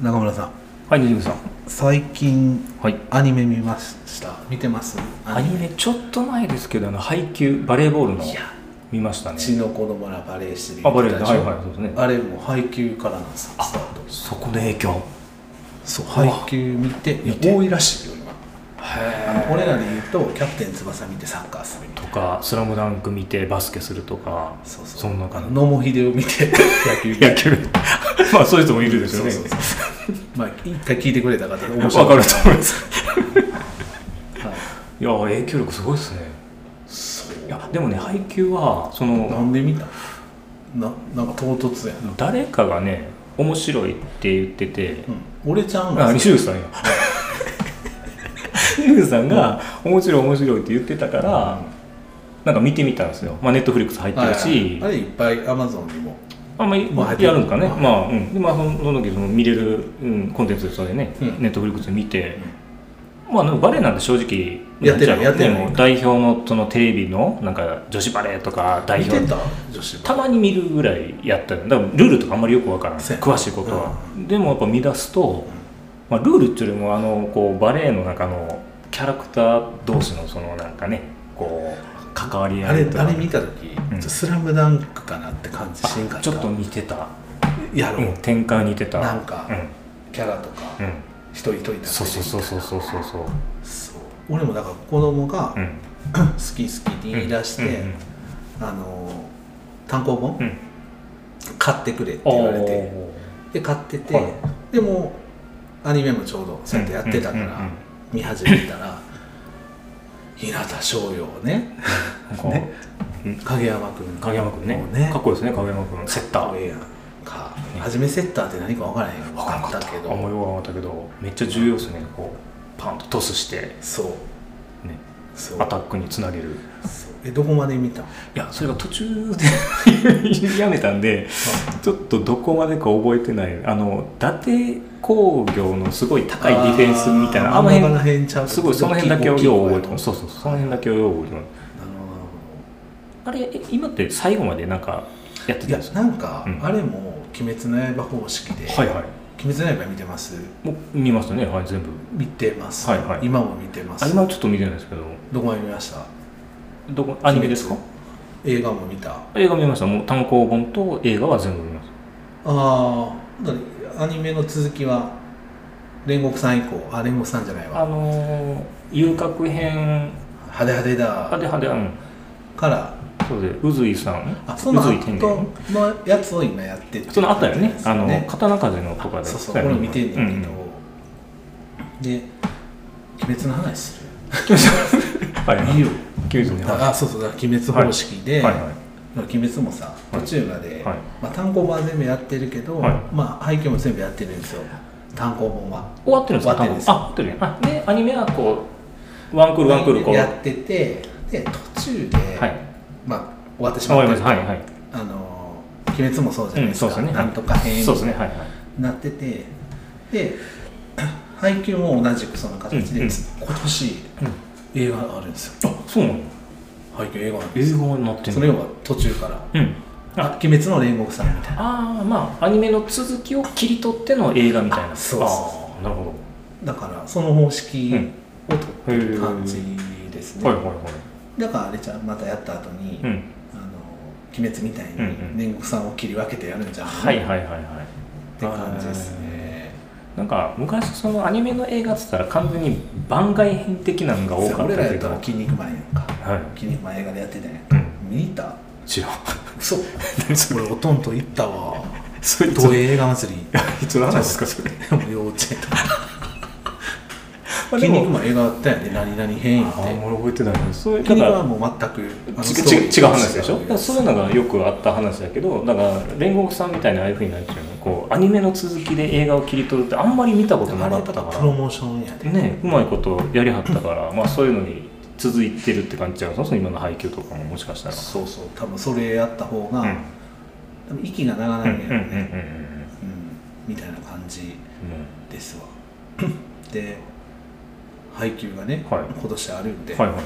中村さんはい、西口さん。最近はい。アニメ見ました見てますアニメちょっと前ですけど、あの配球バレーボールのいや見ましたね。血の子供らバレーシリーズあ、バレーボールでしはいょはい、そうですね。あれも配給からなんですよスタートそこの影響。そう配給見て見て多いらしいよ今あへの俺らで言うとキャプテン翼見てサッカーするみたいとか、スラムダンク見てバスケするとか、なそうそんな感じ。野茂英雄見て 野球見野球。 まあ、そういう人もいるでしょうね。そうそうそうまあ一回聞いてくれた方で面白わいかると思います。はいいや、影響力すごいですね。そういや、でもね、配球は、そなの、んで見たななんか唐突やな、誰かがね、面白いって言ってて、うん、俺ちゃうんあ、か西口さんや。 西口さんが面白い面白いって言ってたから、なんか見てみたんですよ。まあネットフリックス入ってるしあ、れいっぱいアマゾンにもあんまりまあ入ってるやるんかね。はいまあ、うん。でまあそのその時その見れる、うん、コンテンツでそれね、うんネットフリックス見て、まあでもバレーなんて正直やってないんちゃやうってないでも代表のそのテレビのなんか女子バレーとか代見表てた女子たまに見るぐらいやったよだからルールとかあんまりよくわからないそうや詳しいことは、でもやっぱ見出すと、まあ、ルールっていうよりもあのこうバレエの中のキャラクター同士のそのなんかねこう関わりあ合れいとかあれ見た時、うんスラムダンクかなって感じしんかったちょっと似てた、やろうう、ん、展開似てたなんかうキャラとか、んうん、一人一人だけでそうそうそうそうそうそうそうそう俺もだから子供がう好んき好きって言い出して、うんあのー単行本、うんうん買ってくれってお言われてーで買ってて、はいでもアニメもちょうどそうやってやってたかうんうんうんうらん見始めた ら日向翔陽ねなんかね影山君影山君ねもうねかっこいいですね影山君セッタかっーこええやんか初めセッターって何か分からへんわからなかったけあんまどりわからなかったけどめっちゃ重要ですねこうパンとトスして、ね、そうそうアタックにつなげるそうえどこまで見たのいやそれが途中でやめたんでちょっとどこまでか覚えてないあの伊達工業のすごい高いディフェンスみたいなあの真ん中辺辺ちゃうすごいその辺だけを大きいよう声覚えとてますそうそうその辺だけをよう覚えてますなるほどなるあれえ今って最後までなんかやっほてたどんいやですかなんか、うんあれも「鬼滅の刃」方式で「はいはい鬼滅の刃」見てますもう見ましたねはい全部見てます、はいはい今も見てますあ今ちょっと見てないですけどどこまで見ましたどこアニメですか映画も見たあ映画見ましたもう単行本と映画は全部見ましたあーだからアニメの続きは煉獄さん以降あ煉獄さんじゃないあわのー遊郭編派手派手派だ手派手うんからそうで宇髄さんあその後宇髄天元のやつを今やってるそのあったよねあのね刀鍛冶のとかでそうそうや俺ねも見てんねんけど、うで鬼滅の話するはいはいいいよ鬼滅の刃あそうそうだから鬼滅方式で、はいは鬼滅もさ途中まで、はいまあ、単行本は全部やってるけど、はいまあ背景も全部やってるんですよ単行本は終わってるんですか終わってるんですよあ終わってるねあでアニメはこうワンクールワンクールこうやっててで途中で、はいまあ終わってし終まわっりてますはいはいあのー鬼滅もそうじゃないうんですそうか、ですねなんとか編そうですねはいはいなっててで 配給も同じくその形で、うんうん今年映画があるんですよあそうなの配給映画なんで映すよ画になってそんれのは途中からうん「ああ鬼滅の煉獄さん」みたいなああまあアニメの続きを切り取っての映画みたいなあそうそうあーなるほだからその方式を取ってうんへるー感じですね、どはいはいはいだからあれじゃんまたやった後に、うんあの鬼滅みたいにうんうん煉獄さんを切り分けてやるんじゃん、はいはいっはいはいて感じですねなんか昔そのアニメの映画っつったら完全に番外編的なのが多かった俺らやけったどらはい筋肉マンやんか筋肉マン映画でやってたやんか、見に行った違う嘘何それ 俺おとんと行ったわ それ東映映画祭 りいつの話ですかそれ幼稚園とか筋肉マン映画あったやんね何々変異ってああ俺覚えてないなそういう筋だ肉かマらンもう全くあのちストーリ違うー違う話でし違ょだうからそういうのがよくあった話だけどだから煉獄さんみたいなああいうふうになっちゃうのこうアニメの続きで映画を切り取るってあんまり見たことあなれだかったかからプらロモーションやで、ねうまいことやりはったからまあそういうのに続いてるって感じちゃうのその今の配給とかももしかしたらそうそう多分それやった方が、うん多分息が長うんなうんんやうんろうんね、うんみたいな感じうですわ で配給がね、はい今年あるんで、んはいはい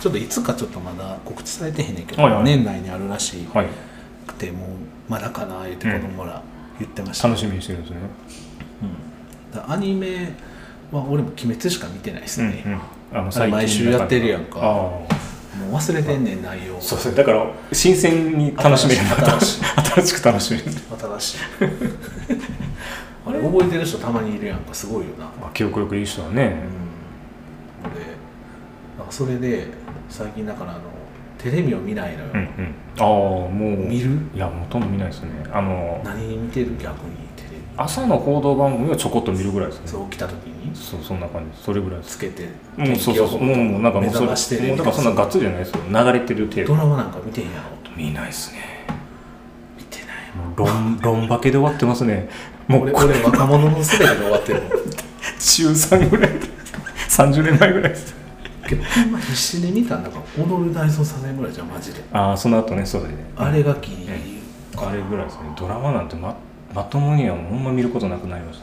ちょっといつかちょっとまだ告知されてへんねんけど、はいはい年内にあるらしいはい、くてもうまだかな言って子供ら言ってました、楽しみにしてるんですね。だからアニメは俺も「鬼滅」しか見てないですうんね、うんあの毎週やってるやんかああもう忘れてんねん内容そうですねだから新鮮に楽しめる新しい新しく楽しめる新しいあれ覚えてる人たまにいるやんかすごいよなまあ記憶力いい人はうね、んでなんかそれで最近だからあのテレビを見ないのよ、うんうん、ああもう見るいやほとんど見ないですねあの何見てる逆にテレビ朝の報道番組はちょこっと見るぐらいですねそう起きた時にそうそんな感じそれぐらいですつけてもうそうそうそうもうもうなんかもう目それ覚ましテレビもうだからそんなガッツリじゃないですよ流れてる程ド度ラマなんか見てへんやろ見ないですね見てないもう論論化けで終わってますねもう俺これ俺若者の世代で終わってるもん中3ぐらいで30年前ぐらいですけどほんま必死で見たんだから踊る大捜査線ぐらいじゃんマジでああその後ねそうですねあれが気にね入りあれぐらいですねドラマなんてままともにはもうほんま見ることなくなりまし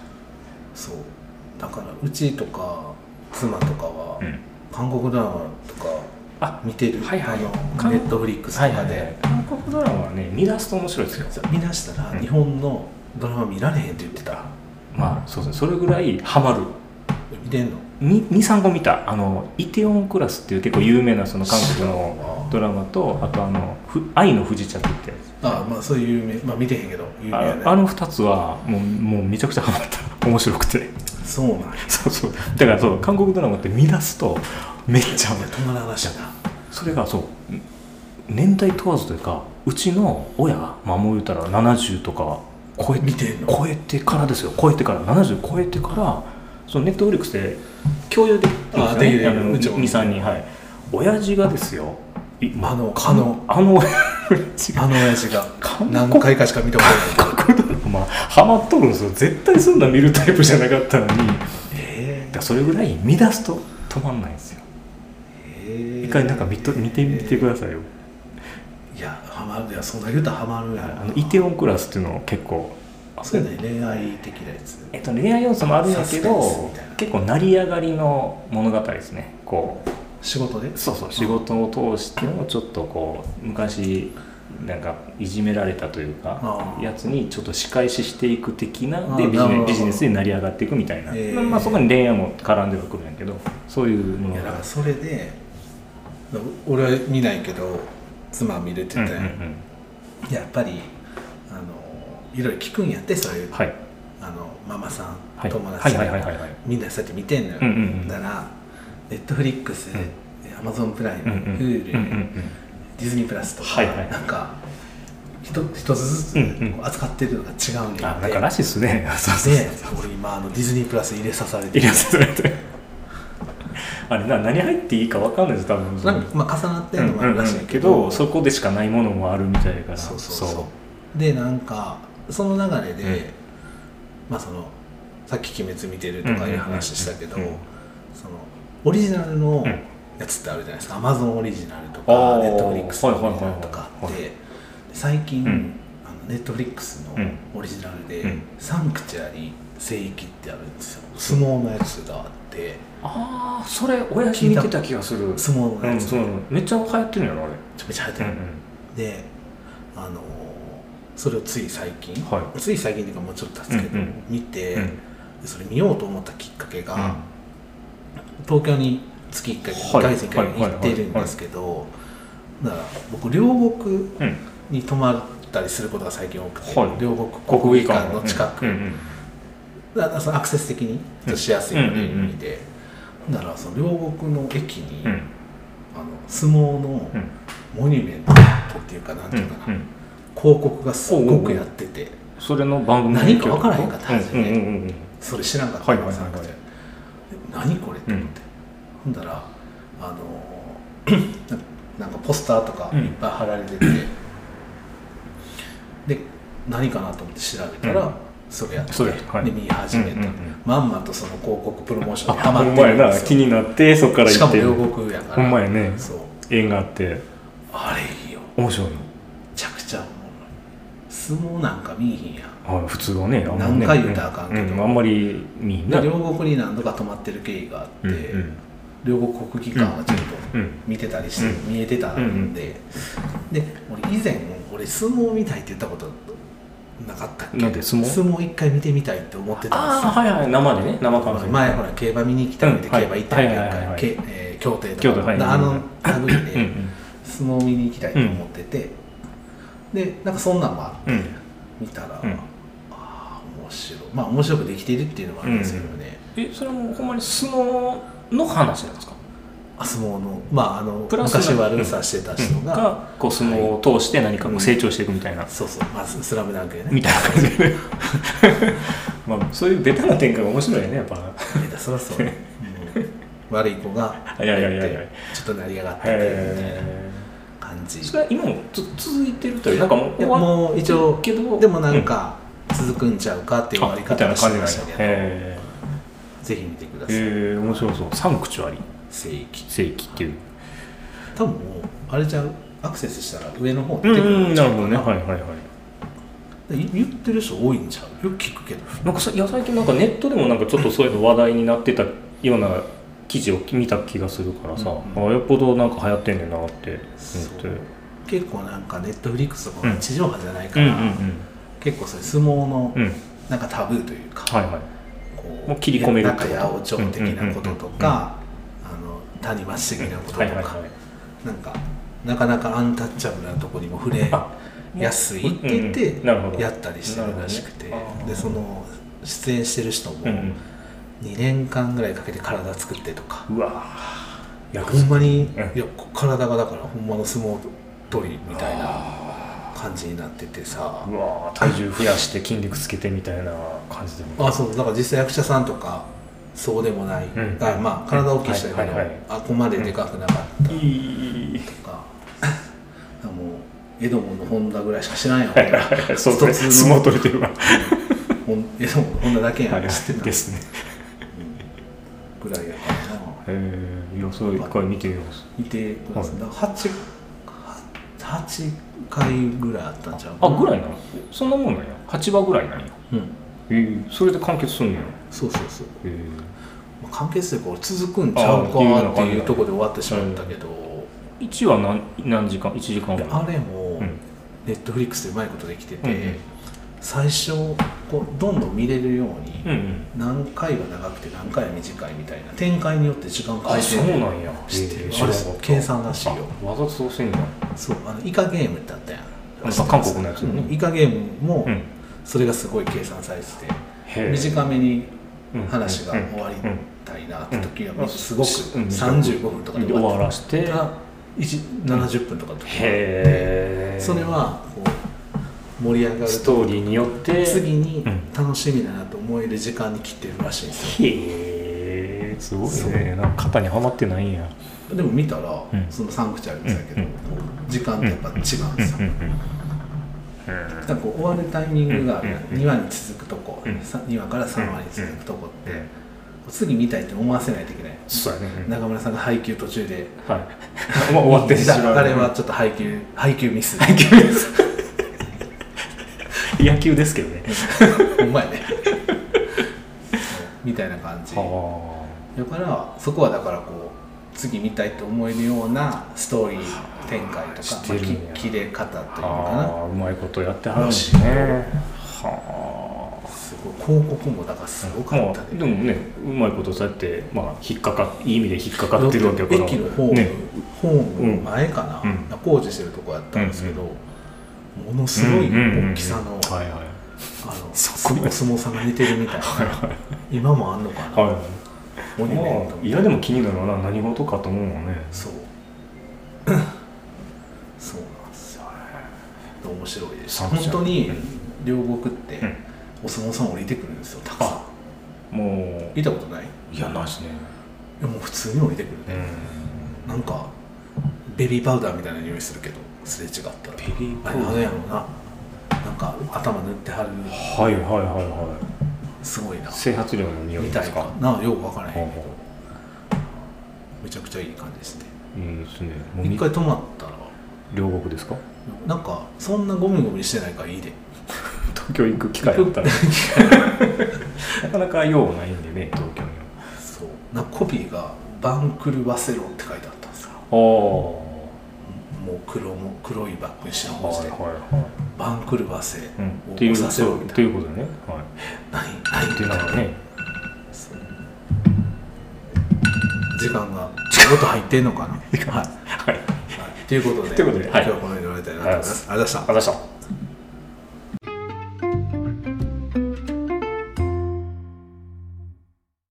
そうだからうちとか妻とかは、た、うん、韓国ドラマとかあ見てるはいはいあの韓ネットフリックスとかで、韓国ドラマはね見出すと面白いですよそう見出したうんら日本のドラマ見られへんって言ってた、まあそうですねそれぐらいハマる見てんの23個見たあのイテオンクラスっていう結構有名なその韓国のあドラマとあとあのふ愛の不時着ってやつあまあそういう有名まあ見てへんけど有名やねああの2つはもうもうめちゃくちゃハマった面白くてそうなんやそうそうだからそう韓国ドラマって見出すとめっちゃハマる止まらなしやなそれがそう年代問わずというかうちの親がまあもう言うたら70とか超え見てんの超えてからですよ超えてから70超えてからそのネットフリックスで共有できるんあできるのうちも23人はい親父がですよいあのあのあの違うあの親父が韓国何回かしか見たことない韓国ドラマハマっとるんですよ絶対そんなん見るタイプじゃなかったのにだかえらそれぐらい見出すと止まんないんですよえ一回なんか見と見てみてくださいよいやハマるいやそんな言うたらハマるやろあのイテウォンクラスっていうのを結構そうやね恋愛的なやつえっと、恋愛要素もあるんやけどサスペンスみたいな結構成り上がりの物語ですねこ仕事でうそうそう仕事を通してもちょっとこう昔なんかいじめられたというかああやつにちょっと仕返ししていく的なああでビなるほジネどビジネスで成り上がっていくみたいな、ええまあ、そこに恋愛も絡んではくるんやけどそういうのいやだがからそれでだ俺は見ないけど妻は見れてて、うんうんうんやっぱりあのいろいろ聞くんやってそういう、はいあのママさん、はい友達はいはいはいはいはいみんなそうやって見てんのよ、うんうんうんだからネットフリックス、アマゾンプライム、うんうんうん Hulu、ディズニープラスとか、はいはいなんか一一つずつうんうんこう扱ってるのが違うんうんあやって、なんからしいっすねそうそうそうで俺今あのディズニープラス入れさされてイラストされてあれな何入っていいか分かんないです多分なんか、まあ、重なってるのもあるらしいうんうんうんけけど,、どそこでしかないものもあるみたいだからそうそうそうでなんかその流れで、うんまあそのさっき「鬼滅」見てるとかいう話したけど、うんうんうんうんそのオリジナルのうんやつってあるじゃないですか、Amazon オリジナルとかあー Netflix のオリジナルとかあっはていはいはいはいで最近、うんあの Netflix のうんオリジナルで「うんサンクチュアリ聖域」ってあるんですよ相撲のやつがあってああそれ親父見てた気がするうんそ相撲のやつうなのめっちゃ流行ってるんやろあれめちゃめちゃ流行ってる、であのーそれをつい最近、はつい最近っていうかもうちょっと経つけど、うんうん見て、うんそれ見ようと思ったきっかけが、東京に月1回2はい回1回はいはい行ってるんですけどだから僕両国うんうんに泊まったりすることが最近多くて、はい両国国国技技館館のの近く、うんうんうんだからそのアクセス的にちょっとしやすいような意うんうんうん味で、だからその両国の駅に、うんあの相撲のうんモニュメントっていうかなんてういうかな、んうん広告がすっごくやっててそれの番組何か分からへんかったんですよねうんうんうんうんそれ知らんかったはいはいはいはいなくて何これって思って、ほんだらあの ーななんかポスターとかうんいっぱい貼られてて、で何かなと思って調べたら、うんそれやってそれはいで見始めた、うんうんうんまんまとその広告プロモーションにあハマほっんてまるやんなです気よになってそこからしか行っもて両国やかほらんまやねそう縁があってあれいいよめ面白いのちゃくちゃおもろい相撲なんか見えへんやんはい普通はねあんまね何回言うたらあかんけどううあんまりみんな両国に何度か泊まってる経緯があって、うん両国国技館はちょっとうんうん見てたりして、う見えてたんで、うんうんで俺以前俺相撲みたいって言ったことなかったっけなんで相撲相撲一回見てみたいって思ってたんですあよあはいはい生でね生観戦前ほら競馬見に来たんでうんは競い馬行ったりとはいはいはいかはいけえー競艇京と都かはいあの類うんうでん相撲見に行きたいと思っててでなんかそんなんもあってうん見たらうんあー面白いまあ面白くできてるっていうのもあるんですけどねえそれもほんまに相撲の話なんですかあ相撲のまああのプラスな昔悪さしてた人ががこう相撲を通して何かこう成長していくみたいな、そうそうまあススラムダンクでねみたいな感じで まあそういうベタな展開が面白いよねやっぱいやそらそう、うん悪い子がいやいやいやいやちょっと成り上がっててみたいなへ感じえそれは今もず続いてるというなんかもういやもう一応けどでもなんか続くんちゃうかっていう終わりあみた方いなをして感じまなんしたやけどへぜひ見てくだえさいへえ面白そうサンクチュアリ正規正規っていう多分もうあれちゃうアクセスしたら上の方に出うてくるんうんちなゃるうかほどねはいはいはいい言ってる人多いんちゃうよく聞くけどなんかさいや最近なんかネットでもなんかちょっとそういうの話題になってたような記事を見た気がするからさ、うんあよっぽどなんか流行ってんねんなって思ってそう結構なんかネットフリックスとかうはん地上波じゃないかうんうら、ん結構そういう相撲のうんうんなんかタブーというか、はいはいこもう切り込めるっなてこんかと八百長的なこととか、あの谷町的なこととか、はいはいはいなんかなかなかアンタッチャブルなとこにも触れあやすいって言っうんうんなるほてどやったりしてるらしくて、なるほどねあーでその出演してる人もうん2年間ぐらいかけて体作ってとか、うんうわーほんまに、うんいやこ体がだからほんまの相撲取りみたいなあ感じになっててさーうわー体重増やして筋肉つけてみたいな感じでもあそうだから実際役者さんとかそうでもない、うんあまあ体大きい人やけど、はいはいはいあここまででかくなかったいいとか、 もうエドモンの本田ぐらいしか知らんやん俺そう一ですねつ相の撲取れてるわほんえでもこんなだけやん、はい知ってたですねぐらいやからなええいやそれ一回見てみます見てください、だから 8, 8回ぐらいあったんちゃうあぐらいなのそんなもんなんや8話ぐらいなんやうんえー、それで完結すんのよそうそうそう、えまあ、完結というか俺続くんちゃうかっていうところで終わってしまったけどー、1話何何時間1時間いや半あれもうんネットフリックスでうまいことできてて、うんうん最初こうどんどん見れるように、うんうん何回は長くて何回は短いみたいな展開によって時間変えてそうなんや知ってるあえーれ知らなかった計算らしいよあわざとそうせんやそうあのイカゲームってあったやんあ韓国のやつねうんイカゲームもうんそれがすごい計算されてて、へー短めにうん話がうん終わりたいなって時はうんすごくうん35分とかで終終わわっらしててたら一70分とかの時もあってへえそれはこう盛り上がるスとトーリーによって次にうん楽しみだなと思える時間に切ってるらしいんですよへえすごいねなんか肩にはまってないんやでも見たらうんそのサンクチュアリもそうやけどうん時間ってやっぱ違うんですようんうんなんかこう終わるタイミングがあるやんうんうん2話に続くとこうん2話から3話に続くとこっうてん次見たいって思わせないといけないそうやねうん中村さんが配給途中で はいもう終わってしまうあれはちょっと配給配給ミス野球です野球ですけどね ほんまやね そうみたいな感じだはからそこはだからこう次見たいと思えるようなストーリー展開と知っか、てるんやまあき切れ方というのかあうまいことやってはるんですねはなすごい広告もだからすごあかまっあたね、でもねうまいことそうやってまあ引っかかっいい意味で引っかかってるわけやから駅のホーム、ねホームの前かな、うん工事してるとこやったんですけど、うんものすごい大きさうんうんの,、うんはいはいあのそこまおで相撲さんが似てるみたいな今もあんのかな、はいモニュメンまトあいやでも気になるな何事かと思うもんねそう そうなんですよ面白いですサンク本チュア当リに両国ってうんお相撲さん降りてくるんですよたくさもん見たことないいういやないっすねやもう普通に降りてくるねうなんかベビーパウダーみたいな匂いするけどすれ違ったらベビーパウあダーれなんやろうななんか頭塗ってはるんはいはいはいはいすごいな整髪料の匂いみでたいすかかなよく分からへんほめちゃくちゃいい感じですねうほういいですねもう一み回泊まったら両国ですかなんかそんなゴミゴミしてないからいいで東京行く機会あったらなかなか用ないんでね東京にそうなんかコピーが「バンクルワセロ」って書いてあったんですよはもう黒も黒いバッグに白ああ文字ではいはい番狂わせうんをっていう起こさせそろうみったていいなうことだね、は何何い、っていうのがね時間がちょっと入 ってんのかなはい、はい、はいありがとうということでということで今はい日はこの辺で終わりたいなと思います、ありがとうございましたございました